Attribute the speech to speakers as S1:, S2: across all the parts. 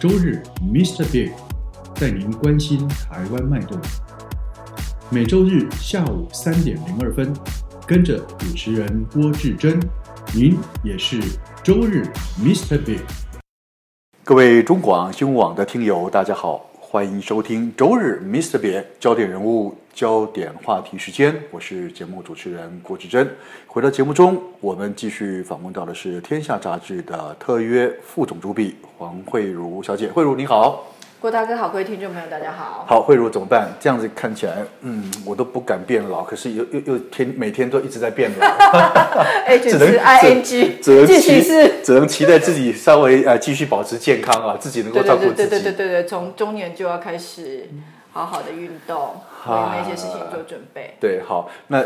S1: 周日 Mr. Big 带您关心台湾脉动。每周日下午三点零二分，跟着主持人郭志珍，您也是周日 Mr. Big。
S2: 各位中广新闻网的听友，大家好，欢迎收听周日 Mr. 别焦点人物、焦点话题时间，我是节目主持人郭志珍。回到节目中，我们继续访问到的是《天下》杂志的特约副总主笔黄慧茹小姐，慧茹你好。
S3: 郭大哥好，各位听众朋友大家好。
S2: 好，慧茹怎么办？这样子看起来，嗯，我都不敢变老，可是又又又天每天都一直在变 老，
S3: H
S2: 哎只能
S3: 是 I N G，
S2: 只能
S3: 继续
S2: 期
S3: 是。
S2: 只能期待自己稍微呃继续保持健康啊，自己能够
S3: 对
S2: 照
S3: 对
S2: 顾自
S3: 对
S2: 己。
S3: 对对对对对，从中年就要开始好好的运动，为那些事情做准备。
S2: 对，好，那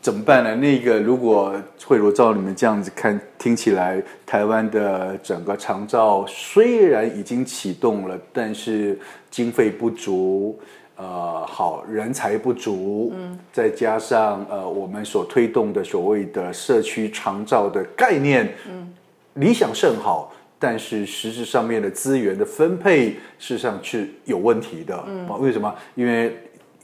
S2: 怎么办呢？那个如果慧茹照你们这样子看，听起来台湾的整个长照虽然已经启动了，但是经费不足。呃，好，人才不足，嗯，再加上呃，我们所推动的所谓的社区长照的概念，理想甚好，但是实质上面的资源的分配，事实上是有问题的。嗯，为什么？因为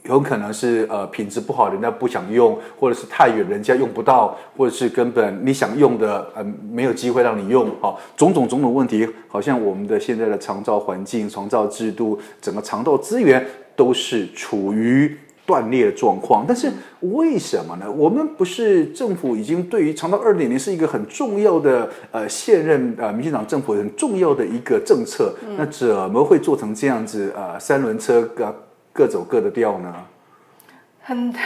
S2: 有可能是呃品质不好，人家不想用，或者是太远，人家用不到，或者是根本你想用的，呃，没有机会让你用。好、种种种种问题，好像我们的现在的长照环境、长照制度，整个长照资源都是处于断裂状况。但
S3: 嗯
S2: 是为什么呢？我们不是政府已经对于长到二点零是一个很重要的呃现任呃民进党政府很重要的一个政策，
S3: 嗯
S2: 那怎么会做成这样子呃三轮车各各走各的调呢？
S3: 很难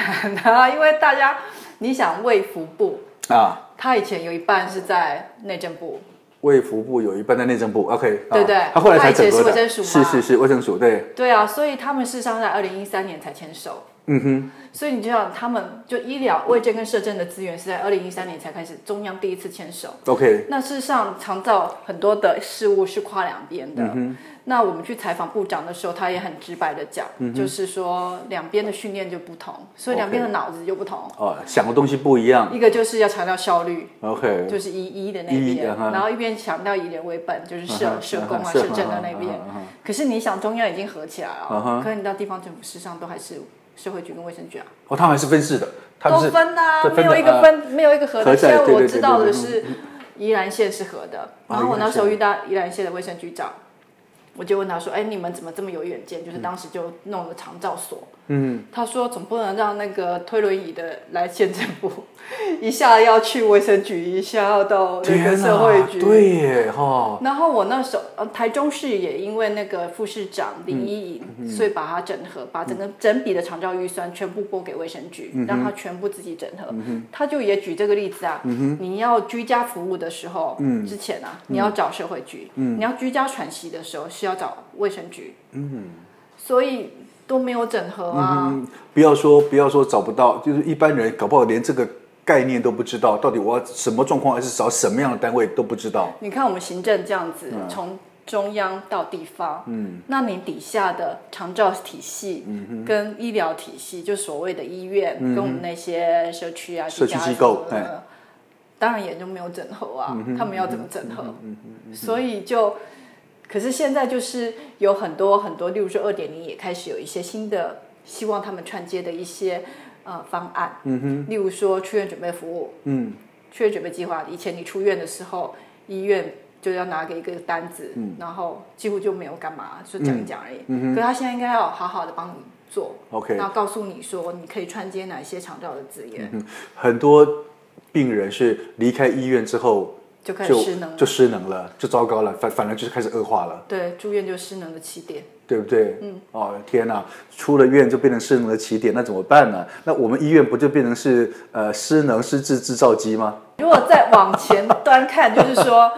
S3: 啊，因为大家你想卫福部，
S2: 啊，
S3: 他以前有一半是在内政部，
S2: 卫福部有一半在内政部，OK，、啊、
S3: 对对
S2: 他后来才整合
S3: 他以
S2: 的，
S3: 前是卫生署
S2: 是
S3: 嘛
S2: 是是卫生署，对，
S3: 对啊，所以他们事实上在二零一三年才牵手。
S2: 嗯哼，
S3: 所以你知道，他们就医疗、卫健跟社政的资源是在二零一三年才开始中央第一次牵手。
S2: ，OK，
S3: 那事实上，长照很多的事物是跨两边的。那我们去采访部长的时候，他也很直白的讲，就是说两边的训练就不同，所以
S2: OK
S3: 两边的脑子就不同。
S2: 哦，想的东西不一样
S3: 一个就是要强调效率，
S2: ，OK，
S3: 嗯就是医医的那
S2: 医
S3: 边，
S2: 嗯哼
S3: 然后一边强调以人为本，就是
S2: 嗯
S3: 社
S2: 哼
S3: 社工
S2: 嗯
S3: 啊、
S2: 哼
S3: 社
S2: 社工
S3: 政的
S2: 嗯
S3: 那
S2: 哼
S3: 边
S2: 嗯哼。
S3: 可是你想，中央已经合起来了
S2: 嗯哼
S3: 哦，可是你到地方政府，事实上都还是社会局跟卫生局啊。
S2: 哦，他们还是分市的，他们
S3: 都
S2: 是
S3: 分的啊
S2: 这，
S3: 没有
S2: 的
S3: 一个
S2: 啊
S3: 分，没有一个合
S2: 合
S3: 的。
S2: 在
S3: 现
S2: 对
S3: 在
S2: 对
S3: 我
S2: 对
S3: 知道
S2: 对
S3: 的
S2: 对
S3: 是，宜兰县是合的。
S2: 哦
S3: 然后我
S2: 宜兰
S3: 那时候
S2: 县
S3: 遇到宜兰县的卫生局长，我就问他说：“哎，你们怎么这么有远见？就是当时就弄了长照所。”嗯，他说：“总不能让那个推轮椅的来县政府， 一下要去卫生局，一下要到那个
S2: 天
S3: 社会
S2: 哪，
S3: 局。”
S2: 对耶，哈、哦。
S3: 然后我那时候，呃，台中市也因为那个副市长林依颖，所以把它整合，把整个整笔的长照预算全部拨给卫生局，让他全部自己整合。他就也举这个例子啊，你要居家服务的时候，之前啊，你要找社会局，你要居家喘息的时候是要找卫生局，所以都没有整合啊。
S2: 不要说不要说找不到，就是一般人搞不好连这个概念都不知道，到底我要什么状况，还是找什么样的单位都不知道。
S3: 你看我们行政这样子，
S2: 嗯
S3: 从中央到地方，嗯，那你底下的长照体系，嗯跟医疗体系，就所谓的医院，跟我们那些社区啊、
S2: 嗯社区
S3: 家
S2: 机构哎嗯
S3: 什么的当然也就没有整合啊，他们要怎么整合？所以就。可是现在就是有很多很多，例如说二点零也开始有一些新的，希望他们串接的一些呃方案，嗯哼，例如说出院准备服务，
S2: 嗯，
S3: 确认准备计划，以前你出院的时候，医院就要拿给一个单子，
S2: 嗯
S3: 然后几乎就没有干嘛，就讲一讲而已。可是他现在应该要好好的帮你做
S2: OK
S3: 然后告诉你说你可以串接哪些肠道的资源，
S2: 嗯很多病人是离开医院之后
S3: 就开始
S2: 就
S3: 失能了
S2: 就失能了，就糟糕了，反反而就是开始恶化了。
S3: 对，住院就失能的起点。
S2: 对不对？嗯，哦天哪，出了院就变成失能的起点，那怎么办呢？那我们医院不就变成是呃失能失智制造机吗？
S3: 如果再往前端看，就是说，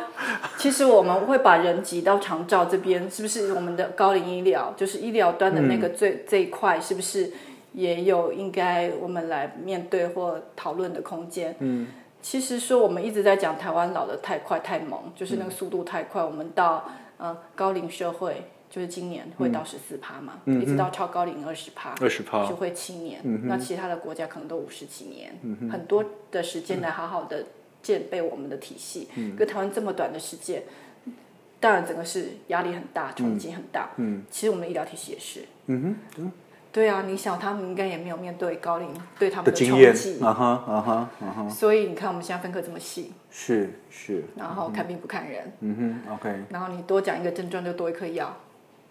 S3: 其实我们会把人挤到长照这边，是不是我们的高龄医疗，就是医疗端的那个最、这一块，是不是也有应该我们来面对或讨论的空间？嗯，其实说我们一直在讲台湾老的太快太猛，就是那个速度太快，我们到呃高龄社会。就是今年会到十四趴嘛，一直到超高龄二十趴，
S2: 20%
S3: 就会七年。
S2: 嗯
S3: 那其他的国家可能都五十几年，很多的时间来好好的建备我们的体系。
S2: 嗯
S3: 跟台湾这么短的时间，当然整个是压力很大，冲击很大。嗯，其实我们的医疗体系也是。
S2: 嗯哼，
S3: 对啊，你想他们应该也没有面对高龄对他
S2: 的
S3: 们
S2: 经
S3: 冲
S2: 验
S3: 击，
S2: 啊哈啊哈啊哈，
S3: 所以你看我们现在分科这么细，
S2: 是是，
S3: 然后看病不看人，
S2: 嗯哼，OK
S3: 然后你多讲一个症状就多一颗药，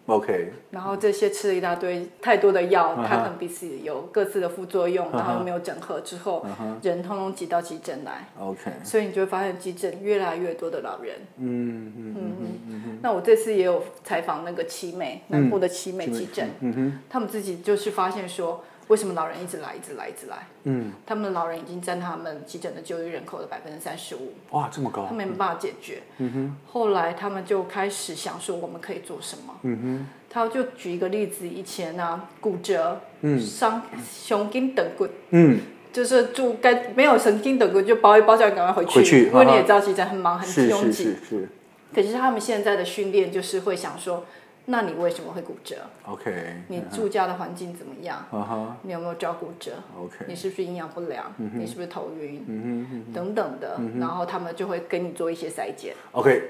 S2: OK，
S3: 然后这些吃了一大堆太多的药，它可能彼此有各自的副作用，然后又没有整合之后，人通通挤到急诊来，
S2: OK，
S3: 所以你就会发现急诊越来越多的老人。嗯嗯嗯。那我这次也有采访那个七美，南部的七美嗯急诊，他们自己就是发现说，为什么老人一直来，一直来，一直来？嗯，他们的老人已经占他们急诊的就医人口的百分之三十五，
S2: 哇，这么高
S3: 他，们没办法解决。
S2: 嗯
S3: 后来他们就开始想说，我们可以做什么？
S2: 嗯
S3: 他就举一个例子，以前啊，骨折，伤胸筋等骨，
S2: 嗯，
S3: 就是住该没有神经等骨就包一包，叫你赶快回去。
S2: 回去
S3: 因为你
S2: 啊哈
S3: 也知道，急诊很忙，很
S2: 是
S3: 拥
S2: 是
S3: 挤
S2: 是。是
S3: 可是他们现在的训练就是会想说，那你为什么会骨折？
S2: ，OK，
S3: 你住家的环境怎么样？
S2: 嗯啊哈
S3: 你有没有照骨折？你
S2: ，OK，嗯
S3: 是不是营养不良？你是不是头晕？等等的，然后他们就会跟你做一些筛检。
S2: OK，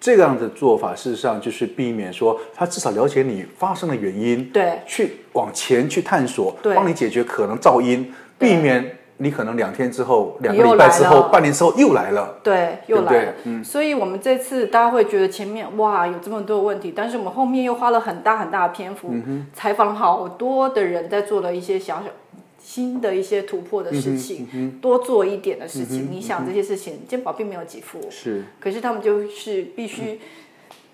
S2: 这样的做法事实上就是避免说他至少了解你发生的原因，
S3: 对
S2: 去往前去探索，
S3: 对
S2: 帮你解决可能噪音，
S3: 对
S2: 避免你可能两天之后、两个
S3: 又
S2: 礼拜
S3: 来
S2: 之后、
S3: 了
S2: 半年之后又来了。
S3: 对，
S2: 对
S3: 又
S2: 不对嗯
S3: 来了。所以我们这次大家会觉得前面哇有这么多问题，但是我们后面又花了很大很大的篇
S2: 嗯
S3: 幅，采访了好多的人，在做了一些小小。新的一些突破的事
S2: 嗯
S3: 情，多做一点的事情。你想这些事情，健保并没有给付，
S2: 是
S3: 可是他们就是必须，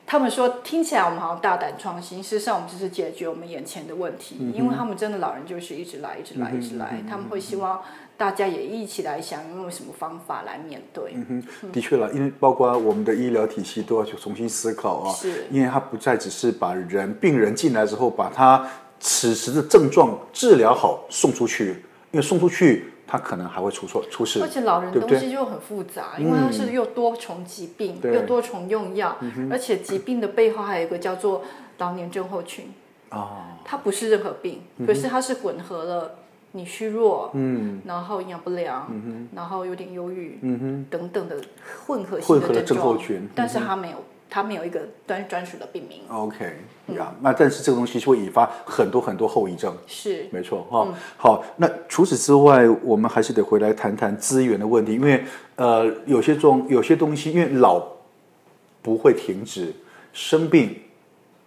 S3: 他们说听起来我们好像大胆创新，事实上我们只是解决我们眼前的问题，因为他们真的老人就是一直来，一直来，一直来，他们会希望大家也一起来想用什么方法来面对。嗯
S2: 的确了，因为包括我们的医疗体系都要去重新思考啊，
S3: 是
S2: 因为它不再只是把人病人进来之后，把他此时的症状治疗好送出去，因为送出去他可能还会出错出事，
S3: 而且老人
S2: 对不对
S3: 东西就很复杂，因为它是又多重疾病，
S2: 对嗯
S3: 又多重用药，而且疾病的背后还有一个叫做老年症候群。哦，它不是任何病，
S2: 嗯
S3: 可是它是混合了你虚弱，嗯，然后营养不良，嗯、然后有点忧郁，嗯、等等的混合性
S2: 混合的
S3: 的
S2: 症
S3: 症
S2: 候
S3: 状
S2: 群嗯哦
S3: 但是它没有，它没有一个专专属的病名。
S2: OK 呀、那但是这个东西是会引发很多很多后遗症，
S3: 是，
S2: 没错哈、好，那除此之外，我们还是得回来谈谈资源的问题，因为呃，有些种有些东西，因为老不会停止，生病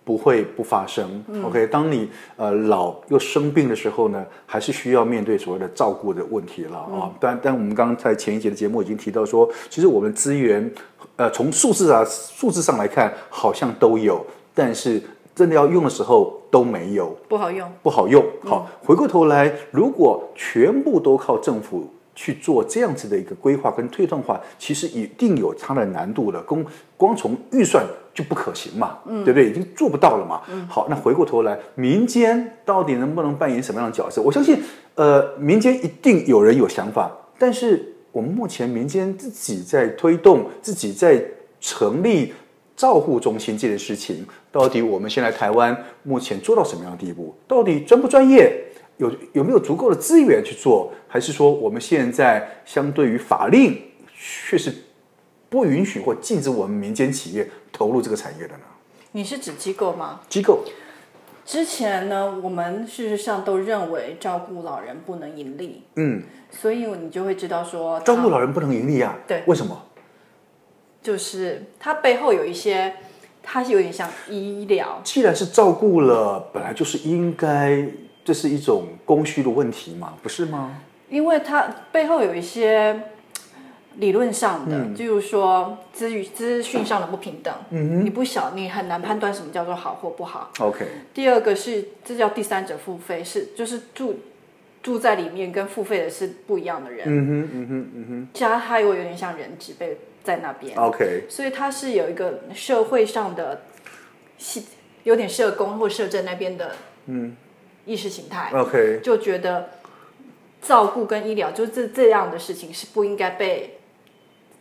S2: 不会不发生。OK，当你呃老又生病的时候呢，还是需要面对所谓的照顾的问题了啊、但但我们刚才前一节的节目已经提到说，其实我们资源呃从数字啊数字上来看好像都有，但是真的要用的时候都没有。
S3: 不好用。
S2: 不好用。好，回过头来，如果全部都靠政府去做这样子的一个规划跟推动的话，其实一定有它的难度的。光光从预算就不可行嘛，对不对？已经做不到了嘛。好，那回过头来，民间到底能不能扮演什么样的角色？我相信，呃，民间一定有人有想法，但是我们目前民间自己在推动，自己在成立。照护中心这件事情，到底我们现在台湾目前做到什么样的地步？到底专不专业？有有没有足够的资源去做？还是说我们现在相对于法令确实不允许或禁止我们民间企业投入这个产业的呢？
S3: 你是指机构吗？
S2: 机构
S3: 之前呢，我们事实上都认为照顾老人不能盈利，
S2: 嗯，
S3: 所以你就会知道说，
S2: 照顾老人不能盈利啊？
S3: 对
S2: 为什么？
S3: 就是它背后有一些，它是有点像医疗，
S2: 既然是照顾了，本来就是应该，这是一种供需的问题嘛，不是吗？
S3: 因为它背后有一些理论上
S2: 嗯
S3: 的，就是说资与资讯上的不平等，你不晓你很难判断什么叫做好或不好。
S2: OK，
S3: 第二个是这叫第三者付费，是就是住住在里面跟付费的是不一样的人，
S2: 嗯哼，嗯哼，嗯
S3: 加害我有点像人质被在那边
S2: 哼，，OK，
S3: 所以它是有一个社会上的系，有点社工或社政那边的意识形态，
S2: OK，
S3: 就觉得照顾跟医疗就是这这样的事情是不应该被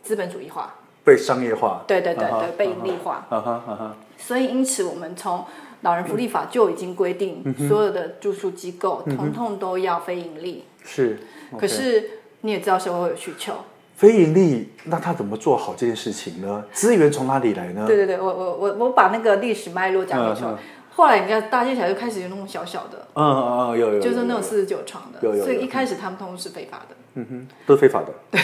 S3: 资本主义化，
S2: 被商业化，
S3: 对对对
S2: 啊哈
S3: 对，被盈利化。
S2: 啊哈啊哈，
S3: 所以，因此我们从老人福利法就已经规定，
S2: 嗯
S3: 所有的住宿机构统统都要非盈利。
S2: 是。
S3: 可是你也知道社会有需求，
S2: 非盈利，那他怎么做好这件事情呢？资源从哪里来呢？
S3: 对对对，我我我我把那个历史脉络讲给你
S2: 嗯
S3: 说
S2: 嗯。
S3: 后来人家大街小巷就开始有那种小小的，
S2: 嗯嗯嗯，有有有，
S3: 就是那种
S2: 有
S3: 四十九床的
S2: 有有，有
S3: 所以一开始他们通通是非法的，
S2: 都是非法的。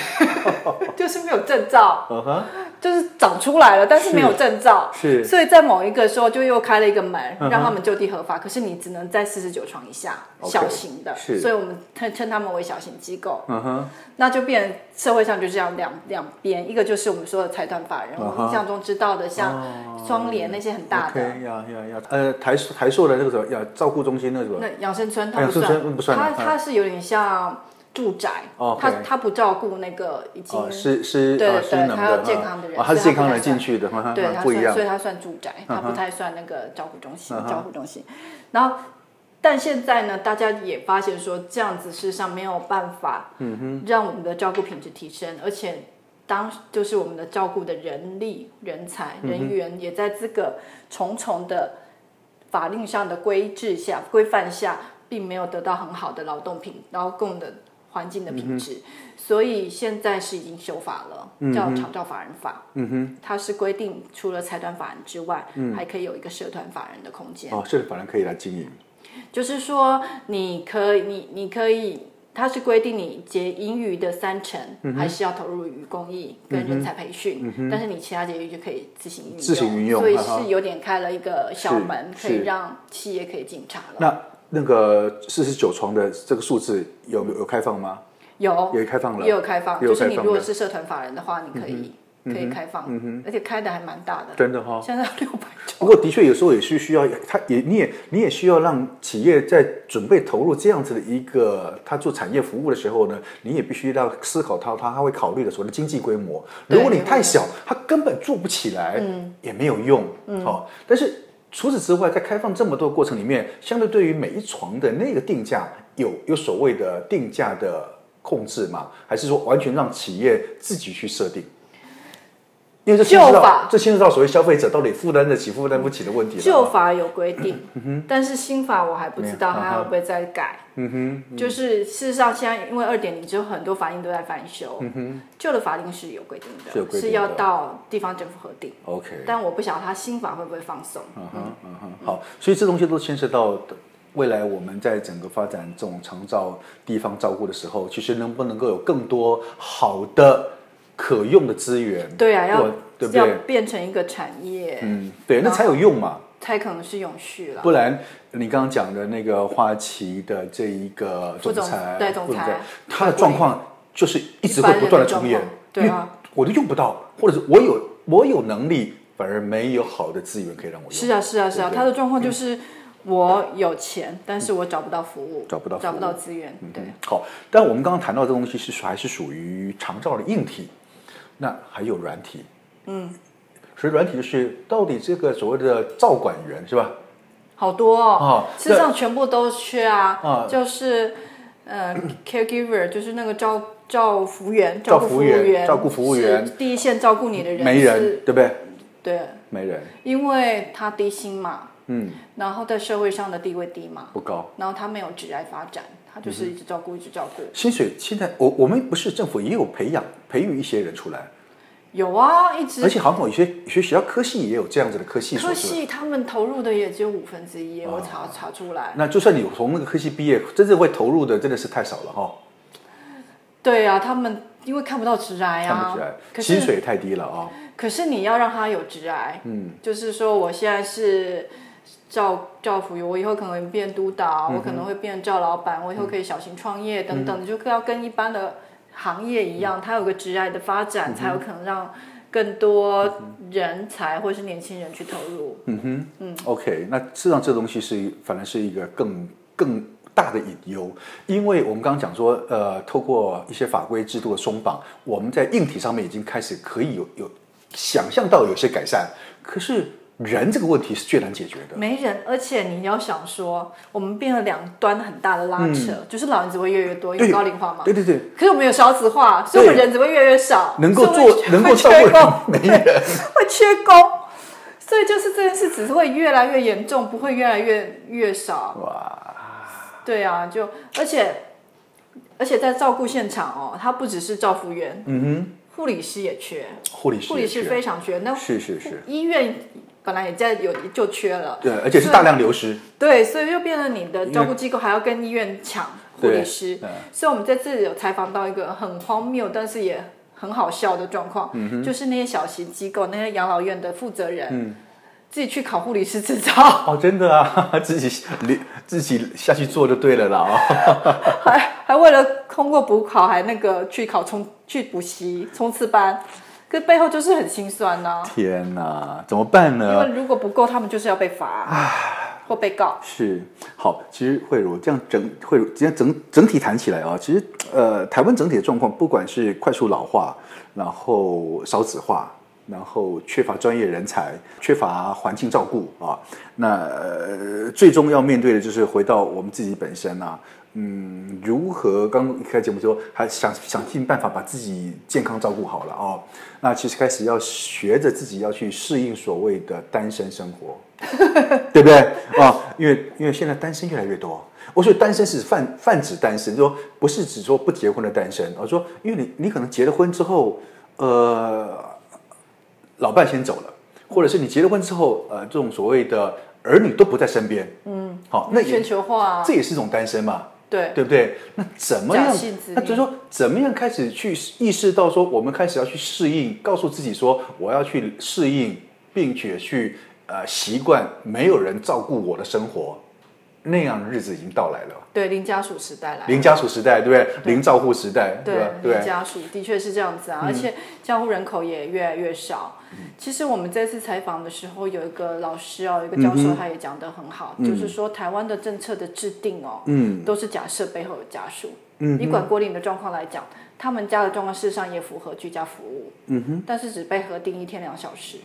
S3: 就是没有证照，
S2: 嗯哼，
S3: 就是长出来了，但是没有证照，
S2: 是嗯
S3: 所以在某一个时候就又开了一个门，让他们就地合法。可是你只能在四十九床以下，
S2: OK，
S3: 小型的，
S2: 是
S3: 所以我们称称他们为小型机构。
S2: 嗯哼，
S3: 那就变成社会上就这样两两边，一个就是我们说的财团法人，
S2: 啊哈
S3: 我印象中知道的像双联那些很大的。
S2: 哦 OK，要要要，呃，台塑台塑的那个什么，要照顾中心那个什么啊
S3: 那养生村它
S2: 养
S3: 不
S2: 生
S3: 算，
S2: 村不算嗯
S3: 它
S2: 哦
S3: 它是有点像住宅，
S2: OK
S3: 它它不照顾那个已经
S2: 哦，失失
S3: 对
S2: 啊
S3: 对
S2: 失能
S3: 他要
S2: 的，
S3: 健康的人
S2: 啊，他是
S3: 所
S2: 健
S3: 以他
S2: 康
S3: 不
S2: 人
S3: 太算
S2: 进去的，哈哈
S3: 对，
S2: 哈
S3: 它
S2: 啊不一
S3: 算，
S2: 样啊
S3: 所以。它算住宅，它不太算那个照顾中心，照顾中心。然后，但现在呢，大家也发现说，这样子事实上没有办法，
S2: 嗯
S3: 让我们的照顾品质提升，而且当就是我们的照顾的人力、人才、
S2: 嗯
S3: 人员也在这个重重的法令上的规制下、规范下，并没有得到很好的劳动品、劳动的环境的品质，所以现在是已经修法了，叫《长照法人法》。它是规定除了财团法人之外，还可以有一个社团法人的空间。
S2: 哦，社团法人可以来经营。
S3: 就是说，你可以，你你可以，它是规定你结盈余的三成、
S2: 嗯
S3: 还是要投入于公益跟人才培训，但是你其他结余就可以自行运用，
S2: 自行运用
S3: 所以
S2: 哈哈
S3: 是有点开了一个小门，
S2: 是
S3: 可以
S2: 是
S3: 让企业可以进场了。
S2: 那那个四十九床的这个数字有有开放吗？
S3: 有
S2: 也开放了
S3: 也有开放，
S2: 也有
S3: 就是
S2: 开
S3: 你
S2: 放
S3: 如果
S2: 的嗯
S3: 是社团法人的话，你可以、可以开放，而且开的还蛮大的，
S2: 真的哈、
S3: 现在六百种。
S2: 不过的确有时候也是需要，他也你也你也需要让企业在准备投入这样子的一个他做产业服务的时候呢，你也必须要思考到他他会考虑的所谓的经济规模。
S3: 对嗯
S2: 如果你太小，他根本做不起来，也没有用，好、但是除此之外，在开放这么多过程里面，相对对于每一床的那个定价有有所谓的定价的控制吗？还是说完全让企业自己去设定？因为这牵涉
S3: 旧
S2: 到
S3: 法
S2: 这牵涉到所谓消费者到底负担得起、负担不起的问题了。嗯
S3: 旧法有规定，但是新法我还不知道它会不会再改。
S2: 嗯
S3: 就是事实上，现在因为二点零之后，很多法令都在翻修。旧的法令是有规定的，
S2: 嗯是有规定的
S3: 要到地方政府核定。
S2: OK，
S3: 但我不晓得它新法会不会放松。
S2: 嗯哼，嗯哼，好，所以这东西都牵涉到未来我们在整个发展这种长照地方照顾的时候，其实能不能够有更多好的可用的资源？
S3: 对啊，
S2: 我
S3: 要
S2: 对不
S3: 要
S2: 对？
S3: 变成一个产业，
S2: 嗯，对，那才有用嘛。
S3: 才可能是永续了
S2: 不。然你刚刚讲的那个花旗的这一个
S3: 副总
S2: 裁，
S3: 对
S2: 副
S3: 总
S2: 总
S3: 裁
S2: 裁，他的状况就是一直会不断的重演，
S3: 一般人的状况对啊，
S2: 我都用不到，或者是我有我有能力，反而没有好的资源可以让我用。
S3: 是啊，是啊，是
S2: 对。
S3: 啊
S2: 不对嗯
S3: 它的状况就是我有钱，但是我找不到服务，
S2: 找不到服务嗯
S3: 找不到资源。对，
S2: 好，但我们刚刚谈到这东西是属还是属于长照的硬体，那还有软体，嗯，所以软体就是到底这个所谓的照管员是吧？
S3: 好多
S2: 哦
S3: 哦，事
S2: 那
S3: 实上全部都缺啊，
S2: 啊
S3: 就是呃 caregiver，就是那个照照服务员、
S2: 照
S3: 顾
S2: 服
S3: 服
S2: 务
S3: 务
S2: 员
S3: 员、
S2: 照顾服务员
S3: 是第一线照顾你的人
S2: 没人
S3: 是，
S2: 对不对？
S3: 对，
S2: 没人，
S3: 因为他低薪嘛，
S2: 嗯，
S3: 然后在社会上的地位低嘛
S2: 不，高。
S3: 然后他没有职业发展，他
S2: 嗯
S3: 就是一直照顾，一直照顾。
S2: 薪水现在我我们不是政府也有培养培育一些人出来，
S3: 有啊，一直
S2: 而且好像有些有些学校科系也有这样子的科系所
S3: 科
S2: 是吧
S3: 系他们投入的也只有五分之一，我
S2: 啊
S3: 查查出来。
S2: 那就算你从那个科系毕业，真正会投入的真的是太少了哈、
S3: 对啊，他们因为看不到职癌
S2: 看
S3: 啊
S2: 不起来，，
S3: 可
S2: 薪
S3: 是
S2: 水也太低了啊、
S3: 可是你要让他有直癌，嗯，就是说我现在是赵赵服员，我以后可能
S2: 嗯
S3: 变督导，我可能会变赵老板，我以后可以小型创业等等，你就要跟一般的行业
S2: 嗯
S3: 一样，它有个职涯的发展，才有可能让更多人才或是年轻人去投入。
S2: 嗯，OK，那事实上这东西是反正是一个更更大的隐忧，因为我们刚刚讲说，呃，透过一些法规制度的松绑，我们在硬体上面已经开始可以有有想象到有些改善，可是人这个问题是最难解决的。
S3: 没人，而且你要想说，我们变了两端很大的拉扯，就是老人只会越来越多，因为
S2: 嗯对
S3: 高龄化嘛。
S2: 对对对，
S3: 可是我们有少子化，所以我们人只会越来越少，
S2: 能够
S3: 所以
S2: 做
S3: 会 缺
S2: 能够
S3: 会
S2: 照
S3: 缺
S2: 顾
S3: 工，
S2: 人 没人。
S3: 会缺工，所以就是这件事只是会越来越严重，不会越来越越少。
S2: 哇，
S3: 对啊，就而且而且在照顾现场哦，他不只是照护员，嗯哼，护理师也缺，
S2: 护理师
S3: 护理师
S2: 也缺
S3: 非常缺。那
S2: 是是是，
S3: 医院本来也在有就缺了，
S2: 对，而且是
S3: 所以
S2: 大量流失。
S3: 对，所以就变成你的照顾机构还要跟医院抢护
S2: 对
S3: 理师
S2: 对。嗯
S3: 所以我们在这里有采访到一个很荒谬，但是也很好笑的状况，
S2: 嗯
S3: 就是那些小型机构、那些养老院的负责人，
S2: 嗯
S3: 自己去考护理师执照，
S2: 哦，真的啊， 自己自己下去做就对了啦哦。
S3: 还还为了通过补考，还那个去考冲去补习冲刺班，可背后就是很心酸呐、
S2: 天哪，怎么办呢？
S3: 因为如果不够，他们就是要被罚或被告。
S2: 是好，其实慧茹这样整慧茹这样整整体谈起来啊，其实呃，台湾整体的状况，不管是快速老化，然后少子化，然后缺乏专业人才，缺乏环境照顾啊，那、呃、最终要面对的就是回到我们自己本身啊。嗯，如何？刚刚一开节目说，还想想尽办法把自己健康照顾好了哦。那其实开始要学着自己要去适应所谓的单身生活， 对不对啊？因为因为现在单身越来越多，我说单身是泛泛指单身，就说不是指说不结婚的单身，而说因为你你可能结了婚之后，呃，老伴先走了，或者是你结了婚之后，呃，这种所谓的儿女都不在身边，嗯，好，那也
S3: 全球化啊、
S2: 这也是一种单身嘛，
S3: 对
S2: 对不对？那怎么样
S3: 假性子？女
S2: 那就是说，怎么样开始去意识到说，我们开始要去适应，告诉自己说，我要去适应，并且去呃习惯没有人照顾我的生活，那样的日子已经到来了。
S3: 对零家属时代来了。
S2: 零家属时代，对不对？零照护时代，对吧
S3: 对？
S2: 对嗯
S3: 离，家属的确是这样子啊，而且照护人口也越来越少。其实我们这次采访的时候，有一个老师哦，有一个
S2: 嗯
S3: 教授，他也讲得很好，就是说台湾的政策的制定哦，嗯，都是假设背后有家属。嗯，以管郭林的状况来讲，他们家的状况事实上也符合居家服务，嗯哼，但是只被核定一天两小时，？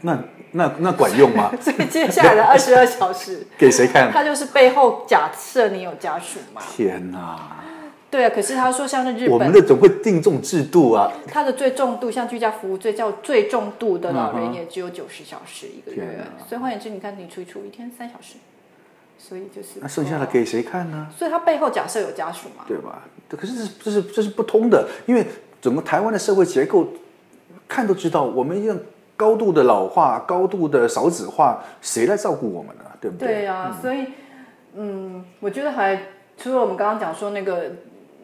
S2: 那那那管用吗
S3: 所以接下来的二十二小时，
S2: 给谁看？
S3: 他就是背后假设你有家属嘛。
S2: 天哪！
S3: 对啊，可是他说像是日
S2: 我
S3: 本
S2: 们的总会定这种制度啊！
S3: 他的最重度，像居家服务最叫最重度的老人也只有九十小时一个
S2: 嗯天
S3: 月，
S2: 啊
S3: 所以换言之，你看你除一除，一天三小时，所以就是
S2: 那剩下的
S3: 说，
S2: 给谁看呢？
S3: 所以他背后假设有家属嘛，
S2: 对吧？这可是这是这是这是不通的，因为整个台湾的社会结构，看都知道，我们一样高度的老化、高度的少子化，谁来照顾我们呢？对不
S3: 对啊，所以嗯，我觉得还除了我们刚刚讲说那个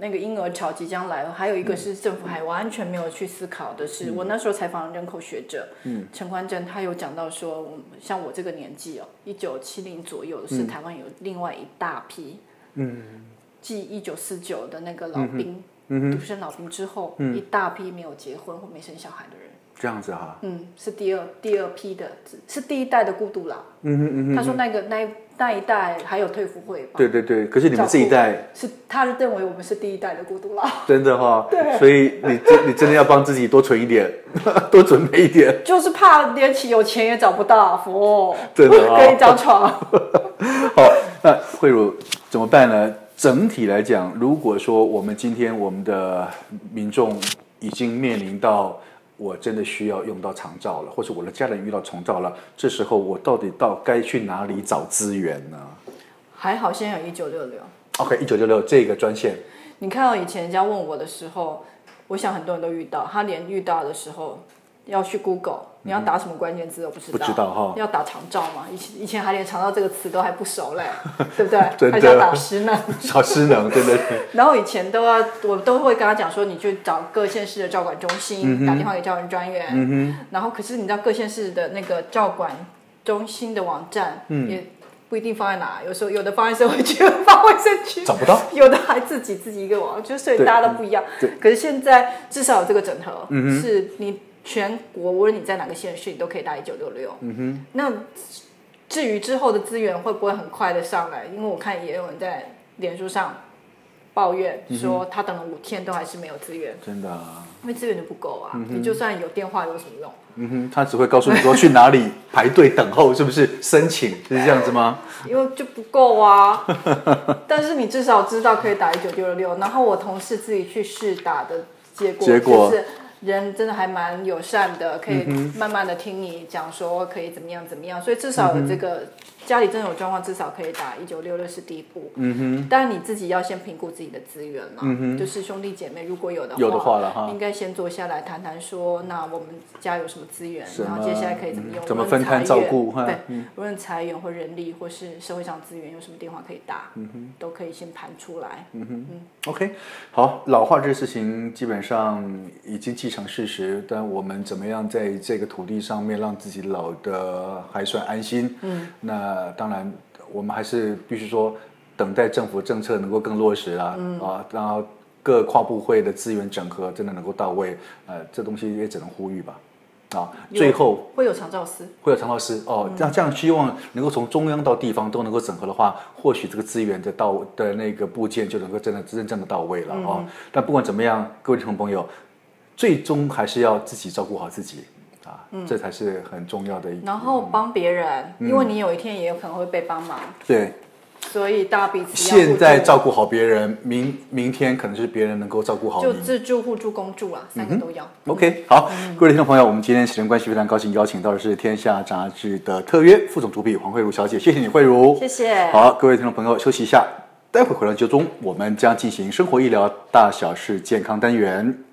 S3: 那个婴儿潮即将来了，还有一个是政府还完全没有去思考的是，我那时候采访人口学者，嗯，陈宽贞他有讲到说，我们像我这个年纪哦，一九七零左右是台湾有另外一大批，嗯，继一九四九的那个老兵，嗯独生老兵之后，一大批没有结婚或没生小孩的人。
S2: 这样子哈、
S3: 嗯，是第二第二批的，是第一代的孤独老。嗯哼嗯哼。他说那个那一那一代还有退服会吧？
S2: 对对对，可是你们这一代
S3: 是他认为我们是第一代的孤独老，
S2: 真的哈、所以你真你真的要帮自己多存一点， 多准备一点。
S3: 就是怕连起有钱也找不到服务，
S2: 真的啊
S3: 跟一张床。
S2: 好，那慧茹怎么办呢？整体来讲，如果说我们今天我们的民众已经面临到我真的需要用到长照了，或者我的家人遇到长照了，这时候我到底到该去哪里找资源呢
S3: 还好现在有一九六六。
S2: ？OK，一九六六这个专线，
S3: 你看到以前人家问我的时候，我想很多人都遇到，他连遇到的时候要去 Google，你要打什么关键字都不知道，
S2: 不知道哈
S3: 要打长照嘛，以前以前还连长照这个词都还不熟嘞，对不对？
S2: 真的
S3: 还是要打失能。
S2: 小失能真的是。
S3: 然后以前都要，我都会跟他讲说，你去找各县市的照管中
S2: 嗯
S3: 心，打电话给照管专员。
S2: 嗯
S3: 然后可是你知道各县市的那个照管中心的网站，也不一定放在哪，有时候有的放在社会局，有的 放卫生局，
S2: 找不到，
S3: 有的还自己自己一个网，就所以
S2: 对
S3: 大家都不一样
S2: 对。
S3: 可是现在至少有这个整合，是你全国无论你在哪个县市，你都可以打一九六六。嗯哼，那至于之后的资源会不会很快的上来，因为我看也有人在脸书上抱怨说他等了五天都还是没有资源，
S2: 真的、啊，
S3: 因为资源就不够啊。你就算有电话有什么用？
S2: 嗯哼，他只会告诉你说去哪里排队等候，是不是申请是这样子吗？
S3: 因为就不够啊。 但是你至少知道可以打一九六六。然后我同事自己去试打的结果，
S2: 结果嗯
S3: 就是人真的还蛮友善的，可以慢慢的听你讲说可以怎么样怎么样。所以至
S2: 嗯
S3: 少有这个、家里真的有状况，至少可以打一九六六是第一步。嗯哼。但你自己要先评估自己的资源了，就是兄弟姐妹如果有的
S2: 嗯
S3: 话，
S2: 有的话了哈
S3: 应该先坐下来谈谈说，那我们家有什么资源，
S2: 么
S3: 然后接下来可以怎么用，
S2: 嗯怎么
S3: 无论
S2: 分摊
S3: 裁
S2: 照
S3: 员
S2: 顾哈嗯
S3: 对，无论裁员或人力，或是社会上资源，有什么电话可以打，
S2: 嗯
S3: 都可以先盘出来。
S2: OK，好，老化这事情基本上已经既成事实，但我们怎么样在这个土地上面让自己老的还算安心？嗯，那当然，我们还是必须说，等待政府政策能够更落实啊，啊，然后各跨部会的资源整合真的能够到位，呃，这东西也只能呼吁吧。啊，最后
S3: 会有长照司，
S2: 会有长老师
S3: 嗯
S2: 哦，这样这样希望能够从中央到地方都能够整合的话，或许这个资源的到的那个部件就能够真的真正的到位了
S3: 嗯
S2: 哦。但不管怎么样，各位听众朋友，最终还是要自己照顾好自己啊，这才是很重要的一。
S3: 嗯然后帮别人，
S2: 嗯
S3: 因为你有一天也有可能会被帮忙，
S2: 对，
S3: 所以大家彼此要互
S2: 现
S3: 助
S2: 在照顾好别人，明明天可能是别人能够照顾嗯哦好
S3: 就
S2: 你。
S3: 自助、互助、公助啦，三个都要。
S2: OK，好，各位听众朋友，我们今天时间关系非常高兴邀请到的是《天下》杂志的特约副总主笔黄慧茹小姐，谢谢你，慧茹，
S3: 谢谢
S2: 好，各位听众朋友，休息一下，待会回到节目中，我们将进行生活医疗大小事健康单元。